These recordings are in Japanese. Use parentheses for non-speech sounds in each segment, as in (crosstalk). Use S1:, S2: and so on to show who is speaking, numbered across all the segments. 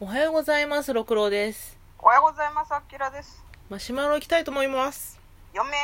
S1: おはようございます、六郎です。
S2: おはようございます、あきらです。
S1: マシュマロ行きたいと思います。
S2: よめい。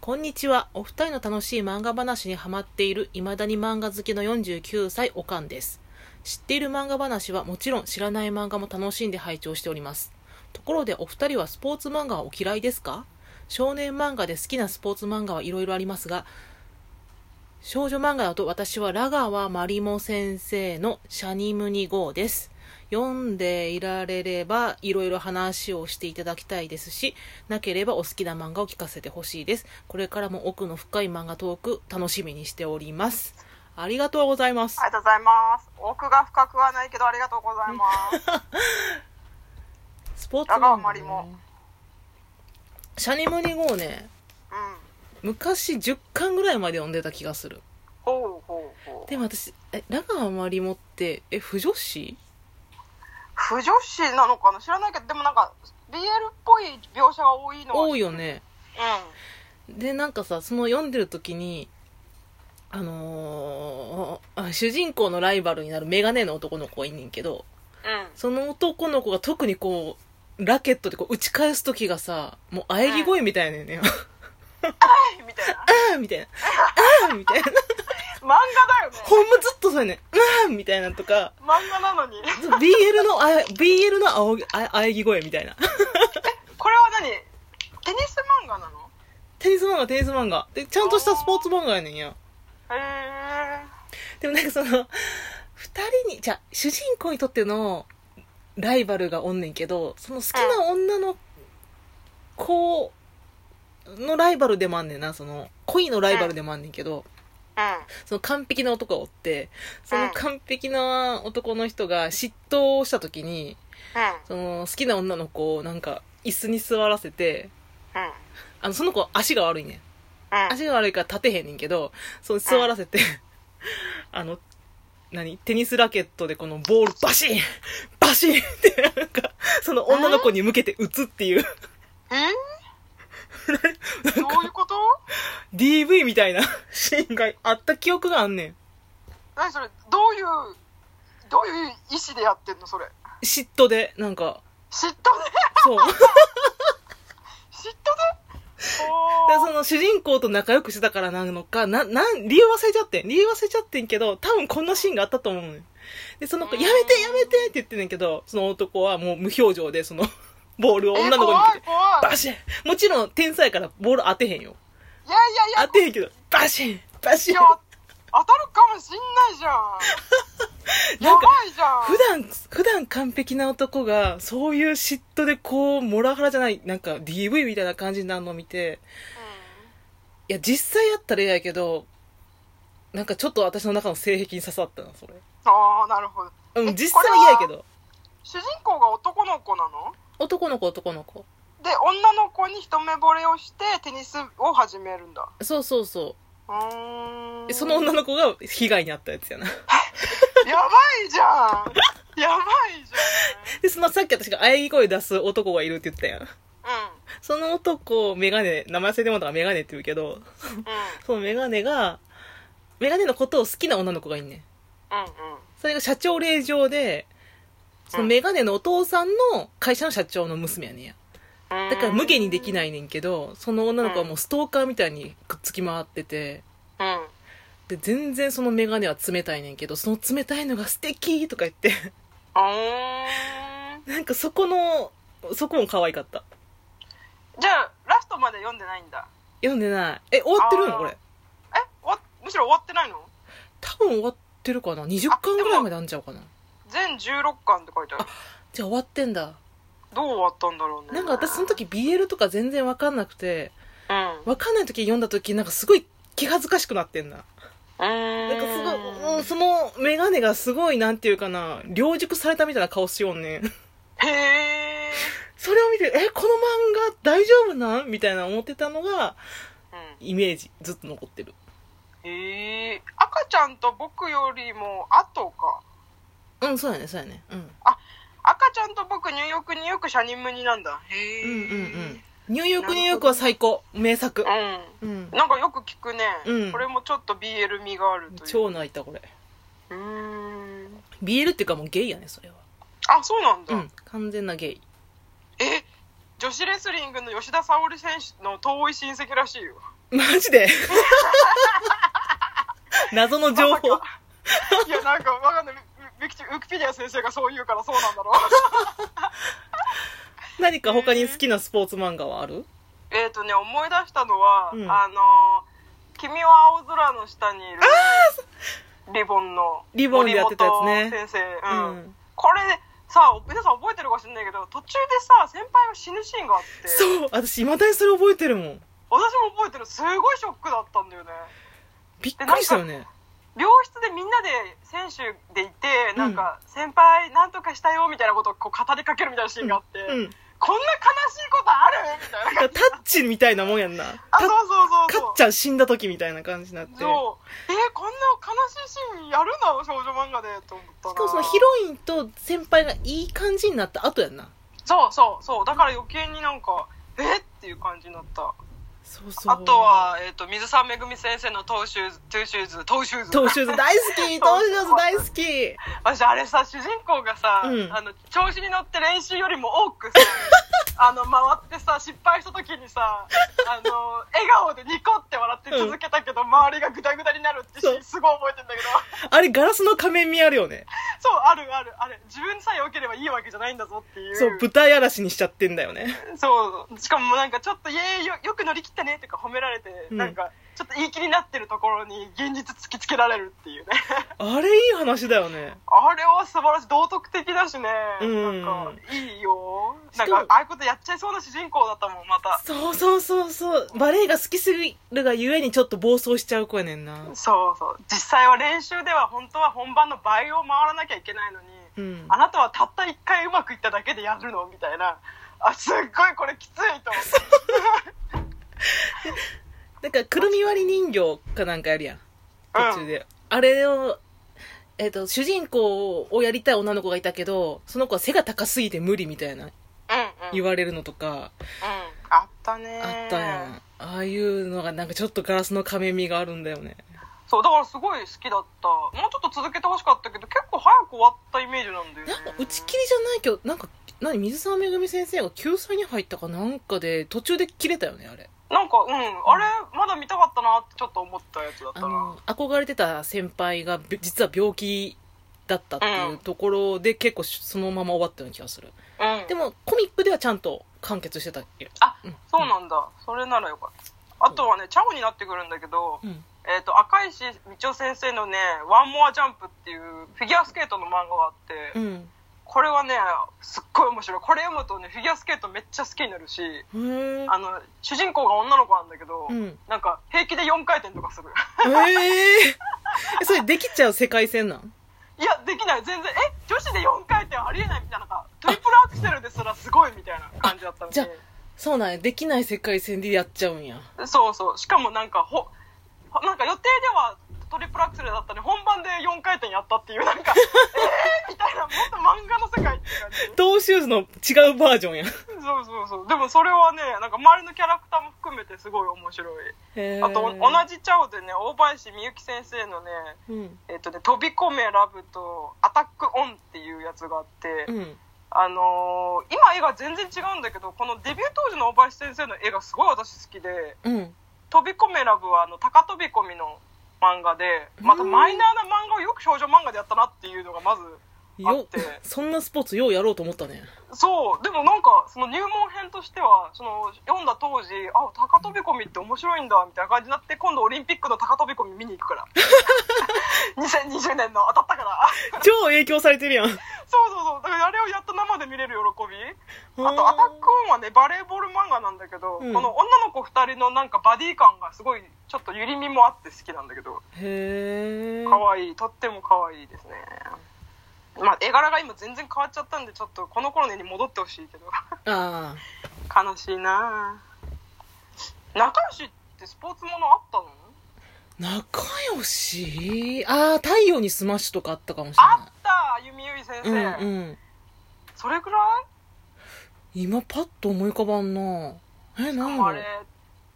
S1: こんにちは。お二人の楽しい漫画話にハマっている、未だに漫画好きの49歳、おかんです。知っている漫画話はもちろん知らない漫画も楽しんで拝聴しております。ところでお二人はスポーツ漫画はお嫌いですか少年漫画で好きなスポーツ漫画はいろいろありますが、少女漫画だと私はラガワマリモ先生のシャニムニ号です。読んでいられればいろいろ話をしていただきたいですし、なければお好きな漫画を聞かせてほしいです。これからも奥の深い漫画トーク楽しみにしております。ありがとうございます
S2: あり。がとうございます。奥が深くはないけど、ありがとうございます。
S1: スポーツ
S2: ラガー
S1: 漫
S2: マ
S1: 画、
S2: リ
S1: ね
S2: モ。
S1: シャニムニ号ね、
S2: うん。
S1: 昔10巻ぐらいまで読んでた気がする。
S2: ほうほうほう。
S1: でも私、え、ラガーマリモって、え、不女子
S2: 不女子なのかな知らないけど、でもなんか、BL っぽい描写が多いのは。
S1: 多いよ
S2: うん。
S1: ね。で、なんかさ、その読んでる時に、あのーあ主人公のライバルになるメガネの男の子がいんねんけど、
S2: うん。 (laughs)
S1: その男の子が特にこう、ラケットでこう打ち返す時がさ、もう喘ぎ声みたいなよね。
S2: みたいな。
S1: あ (laughs) ーみたいな。あーみたいな。
S2: 漫画だよね。
S1: ほんまずっとそうやねん。あーみたいなとか、
S2: 漫画なのに。 (laughs)
S1: BL のあ、BL のあおぎあ喘ぎ声みたいな。 (laughs)
S2: これは何テニス漫画なの
S1: テニス漫画、テニス漫画。で、ちゃんとしたスポーツ漫画やねんや。
S2: へえ。
S1: でもなんかその、二人に、じゃあ主人公にとってのライバルがおんねんけど、その好きな女の子のライバルでもあんねんな、その、恋のライバルでもあんねんけど、
S2: うん。
S1: その完璧な男がおって、その完璧な男の人が嫉妬をした時に、
S2: うん。
S1: その好きな女の子をなんか椅子に座らせて、
S2: うん。
S1: あの、その子足が悪いねん。
S2: うん。
S1: 足が悪いから立てへんねんけど、その座らせて、あの、何テニスラケットでこのボールバシンバシンってなんか、その女の子に向けて打つっていう、
S2: えー、どういうこと
S1: DV みたいなシーンがあった記憶があんねん。
S2: 何それどういう、どういう意思でやってんのそれ。
S1: 嫉妬で、なんか、
S2: 嫉妬ね
S1: そう。だか
S2: 嫉
S1: (laughs)
S2: 妬ね
S1: ら
S2: おー
S1: その主人公と仲良くしてたからなのか、な、なん、理由忘れちゃってん。理由忘れちゃってんけど、多分こんなシーンがあったと思うねん。で、その子、やめてやめてって言ってんねんけど、その男はもう無表情で、その、 (laughs) ボールを女の子に向けて
S2: え。怖い怖い
S1: バシンもちろん天才やからボール当てへんよ。
S2: いやいやいや
S1: 当てへんけど、バシンバシ
S2: い
S1: ン
S2: や当たるかもしんないじゃん
S1: (laughs) な
S2: や
S1: ん
S2: ば
S1: か
S2: いじゃん
S1: 普段、普段完璧な男が、そういう嫉妬でこう、モラハラじゃない、なんか DV みたいな感じになるのを見て、いや、実際やったら嫌やけど、なんかちょっと私の中の性癖に刺さったな、それ。
S2: ああーなるほど
S1: う
S2: え
S1: ん、実際は嫌やけ
S2: これは
S1: ど。
S2: 主人公が男の子なの
S1: 男の子、男の子。
S2: で女の子に一目惚れをしてテニスを始めるんだ
S1: そうそうそう
S2: ー
S1: う。
S2: ん
S1: その女の子が被害に遭ったやつやな。
S2: (laughs)
S1: (laughs)
S2: やばいじゃんやばいじ
S1: で、そのさっき私が喘ぎ声出す男がいるって言ったやん。
S2: ゃん
S1: その男、メガネ、名前忘れてもらったからメガネって言うけど、
S2: うんうん
S1: そのメガネが、メガネのことを好きな女の子がいんねん。
S2: うんうん
S1: それが社長令嬢で、そのメガネのお父さんの会社の社長の娘やねんや。だから無下にできないねんけど、その女の子はもうストーカーみたいにくっつき回ってて、
S2: うん
S1: で、全然そのメガネは冷たいねんけど、その冷たいのが素敵とか言って、 (laughs)
S2: うーん
S1: なんかそこの、そこも可愛かった。
S2: じゃあラストまで読んでないんだ
S1: 読んでない。え、終わってる
S2: あ
S1: の
S2: ー
S1: これ。
S2: え終わむしろ終わってないの
S1: 多分終わってるかな ?20 巻ぐらいまであんちゃうかな
S2: 全16巻って書いてある
S1: じゃあ終わってんだ。
S2: どう終わったんだろうね
S1: なんか私その時 BL とか全然わかんなくて、
S2: うんう
S1: わかんない時読んだ時なんかすごい気恥ずかしくなってんな。
S2: ーん
S1: なんかすごい、うん、そのメガネがすごいなんていうかな、良熟されたみたいな顔しようね。
S2: へえ
S1: それを見て、え、この漫画大丈夫なんみたいな思ってたのが、イメージ、ずっと残ってる。
S2: うんへえ赤ちゃんと僕よりも後か
S1: うん、そうやね、そうやね。うん。
S2: 赤ちゃんと僕ニューヨークニューヨークシャニムニなんだへえ
S1: うんうんうん。ニューヨークニューヨークは最高。名作。うん
S2: うん。なんかよく聞くね、
S1: うん
S2: これもちょっと BL 味があるという
S1: 超泣いた、これ。
S2: うーん
S1: BL っていうかもうゲイやね、それは。
S2: あ、そうなんだ。
S1: うん、完全なゲイ。
S2: え、女子レスリングの吉田沙保里選手の遠い親戚らしいよ。
S1: マジで (laughs) 謎の情報。
S2: いや、なんかわかんない。ウィキウィキペディア先生がそう言うからそうなん
S1: (laughs)
S2: だろう。
S1: 何か他に好きなスポーツ漫画はある
S2: えっとね、思い出したのは、
S1: うん
S2: あのー、君は青空の下にいる、リボンの、
S1: リボンでやってたやつね
S2: 森本先生、うん。
S1: うん
S2: これ、さ、皆さん覚えてるかしんないけど、途中でさ、先輩が死ぬシーンがあって、
S1: そう、私未だにそれ覚えてるもん。
S2: 私も覚えてる。すごいショックだったんだよね。
S1: びっくりしたよね。
S2: 病室でみんなで選手でいて、なんか、先輩なんとかしたよみたいなことをこう語りかけるみたいなシーンがあって、
S1: うん。
S2: こんな悲しいことあるみた
S1: だ
S2: いな
S1: から
S2: 感
S1: タ
S2: じ。
S1: ッチみたいなもんやんな。
S2: あ、
S1: タ
S2: そう
S1: ッ
S2: そうそう
S1: カ
S2: そう
S1: ッ。ちゃん死んだ時みたいな感じになって。しか
S2: そうえーこんな悲しいシーンやるな少女漫画でと思ったな
S1: もそのヒロインと先輩がいい感じになった後やんな。
S2: そうそうそうだから余計になんかえっっていう感じになった
S1: そうそう。
S2: あと、は、えっと水沢めぐみ先生のトーシューズトゥーシューズトーシューズ
S1: トーシューズ大好き
S2: (laughs)
S1: トーシューズ大好き
S2: 私あれさ主人公がさ、
S1: うん
S2: あの調子に乗って練習よりも多
S1: (laughs)
S2: くさあの回ってさ失敗した時にさあの笑顔でニコって笑って続けたけど、周りがグダグダになるってシーンすごい覚えてんだけど (laughs)
S1: あれガラスの仮面見あるよね。
S2: そうあるあるあれ自分さえ良ければいいわけじゃないんだぞっていう
S1: そう、舞台嵐にしちゃってんだよね。
S2: そうしかもなんかちょっと「イエーイよよく乗り切ったね」とか褒められて、
S1: うん
S2: なんかちょっと言い気になってるところに現実突きつけられるっていうね
S1: あれいい話だよね。
S2: あれは素晴らしい道徳的だしね、
S1: うん
S2: なんかいいよ
S1: し
S2: なん
S1: かも
S2: かああいうことやっちゃいそうな主人公だったもんまた
S1: そうそうそうそう。バレエが好きすぎるがゆえにちょっと暴走しちゃう子やねんな。
S2: そうそう実際は練習では本当は本番の倍を回らなきゃいけないのに、
S1: うん。
S2: あなたはたった1回うまくいっただけでやるのみたいなあすっごいこれきついと思って
S1: なんか、くるみ割り人形かなんかやるやん。途中で。あれを、えっ、と、主人公をやりたい女の子がいたけど、その子は背が高すぎて無理みたいな
S2: うんうん、
S1: (laughs) 言われるのとか、
S2: うん、あったね
S1: あったやん。ああいうのがなんかちょっとガラスの亀みがあるんだよね。
S2: そうだからすごい好きだったもうちょっと続けてほしかったけど結構早く終わったイメージなんだよね
S1: なんか、打ち切りじゃないけど、なんか、何、水沢めぐみ先生が救済に入ったかなんかで、途中で切れたよね、あれ。
S2: なんかうんあれまだ見たかったなってちょっと思ったやつだっ
S1: あ
S2: たな
S1: の、憧れてた先輩が、び実は病気だったっていうところで、結構そのまま終わったような気がする。
S2: うん
S1: でも、コミックではちゃんと完結してたっけ
S2: あ
S1: うん
S2: そうなんだそれならよかったあとはねチャオになってくるんだけど、
S1: うん。
S2: えっと赤石道夫先生のね「ワンモアジャンプ」っていうフィギュアスケートの漫画があって、
S1: うん。
S2: これはねすっごい面白いこれ読むとねフィギュアスケートめっちゃ好きになるし
S1: へー
S2: あの主人公が女の子なんだけど、
S1: うん
S2: なんか平気で4回転とかする (laughs)
S1: えー、それできちゃう世界線なん
S2: いやできない全然え女子で4回転ありえないみたいななんかトリプルアクセルですらすごいみたいな感じだったの
S1: じゃ
S2: で
S1: そうなんやできない世界線でやっちゃうんや
S2: そうそうしかもなんかほほなんか予定ではトリプルアクセルだったのに本番で4回転やったっていうなん
S1: (laughs)
S2: かえー、みたいなもっと漫画の世界って感じ
S1: トーシューズの違うバージョンや
S2: そうそうそうでもそれはねなんか周りのキャラクターも含めてすごい面白い
S1: へー
S2: あとお同じチャオでね大林美幸先生のね
S1: うん
S2: えっとね、飛び込めラブとアタックオンっていうやつがあって、
S1: うん
S2: あのー今絵が全然違うんだけどこのデビュー当時の大林先生の絵がすごい私好きで
S1: うん
S2: 「飛び込めラブ」はあの高飛び込みの漫画でまた
S1: うん
S2: マイナーな漫画をよく少女漫画でやったなっていうのがまずあっ
S1: よ
S2: て
S1: そんなスポーツようやろうと思ったね
S2: そうでもなんかその入門編としてはその読んだ当時あ高飛び込みって面白いんだみたいな感じになって今度オリンピックの高飛び込み見に行くから
S1: (laughs)
S2: 2020年の当たったから。
S1: 超影響されてるやんあ
S2: そうそうそう。だからあれをやっと生で見れる喜び。あと、アタックオンはね、バレーボール漫画なんだけど、
S1: うん
S2: この女の子二人のなんかバディ感がすごい、ちょっとゆりみもあって好きなんだけど、
S1: へえ
S2: 可愛いとっても可愛いですね。まあ、絵柄が今全然変わっちゃったんで、ちょっとこの頃の絵に戻ってほしいけど、
S1: ああ
S2: 悲しいなぁ。仲良しってスポーツものあったの
S1: 仲良しああ太陽にスマッシュとかあったかもし
S2: あったゆみゆい先
S1: れ
S2: 生、
S1: ないうんうん
S2: それぐらい
S1: 今パッと思い浮かばんなえ
S2: しか
S1: 何
S2: もあ
S1: だ
S2: れ
S1: ろう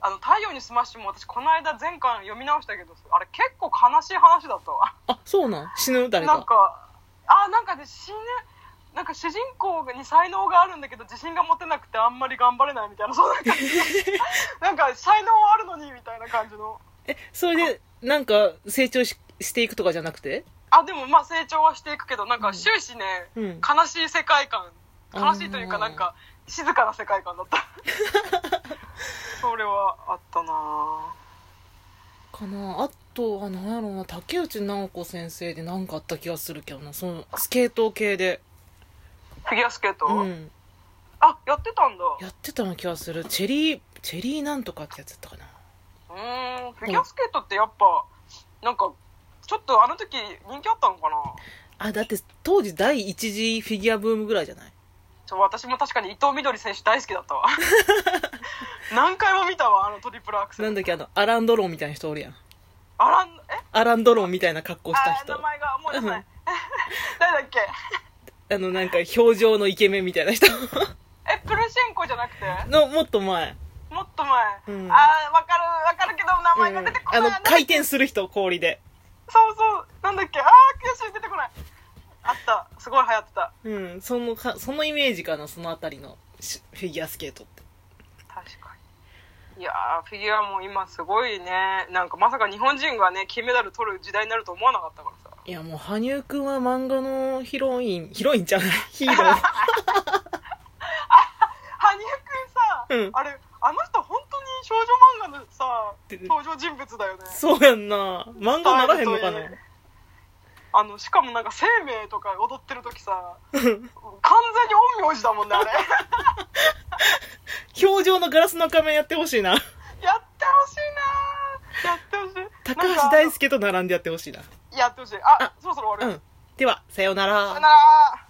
S2: あの「太陽にスマッシュ」も私この間前回読み直したけどあれ結構悲しい話だったわ
S1: あそうなん死ぬ誰
S2: なん
S1: か
S2: かあなんかね死ぬなんか主人公に才能があるんだけど自信が持てなくてあんまり頑張れないみたいなそう
S1: (laughs)
S2: いう感じなんか才能はあるのにみたいな感じの
S1: えそれでなんか成長ししていくとかじゃなくて
S2: あでもまあ成長はしていくけどなんか終始ね、
S1: うん
S2: 悲しい世界観
S1: あー
S2: 悲しいというかなんか静かな世界観だった
S1: (laughs)
S2: それはあったなぁ
S1: かなあとは何やろうな竹内直子先生で何かあった気がするけどなそのスケート系で
S2: フィギュアスケート、
S1: うん
S2: あやってたんだ
S1: やってたような気がするチェリーチェリーなんとかってやつだったかな
S2: うーんフィギュアスケートってやっぱなんかちょっとあの時人気あったのかな
S1: あだって当時第一次フィギュアブームぐらいじゃない
S2: ちょ私も確かに伊藤みどり選手大好きだっ
S1: (laughs)
S2: たわ何回も見たわあのトリプルアクセル
S1: なんだっけあのアラン・ドロンみたいな人おるやん
S2: あらんえ
S1: アラン・ドロンみたいな格好した
S2: あ
S1: 人
S2: 名前が思い出せな
S1: うん
S2: い誰だっけ
S1: あのなんか表情のイケメンみたいな人 (laughs)
S2: えプルシェンコじゃなくて
S1: のもっと前
S2: もっと前、
S1: うん
S2: ああわかるわかるけど名前が出てこない、
S1: あの
S2: なんだっけ
S1: 回転する人氷で
S2: そうそうなんだっけああ悔しい出てこないあったすごい流行ってた
S1: うんそのかそのイメージかなそのあたりのしフィギュアスケートって
S2: 確かにいやーフィギュアも今すごいねなんかまさか日本人がね金メダル取る時代になると思わなかったからさ
S1: いやもう羽生くんは漫画のヒロインヒロインじゃない (laughs) ヒーロー
S2: 羽生くんさ、
S1: うん
S2: あれあの人本当に少女漫画のさ登場人物だよね
S1: そうやんな漫画ならへんのか
S2: スタイルと
S1: な
S2: い
S1: い
S2: あのしかもなんか生命とか踊ってる時さ完全に陰陽師だもんね
S1: (laughs)
S2: あれ
S1: 表情のガラスの仮面やってほしいな
S2: やってほしいなーやってほしい
S1: 高橋大
S2: き
S1: 輔と並んでやってほしいな
S2: やってほしいあ
S1: あ
S2: そろそろ終
S1: う
S2: わる、
S1: んではさようなら
S2: さよなら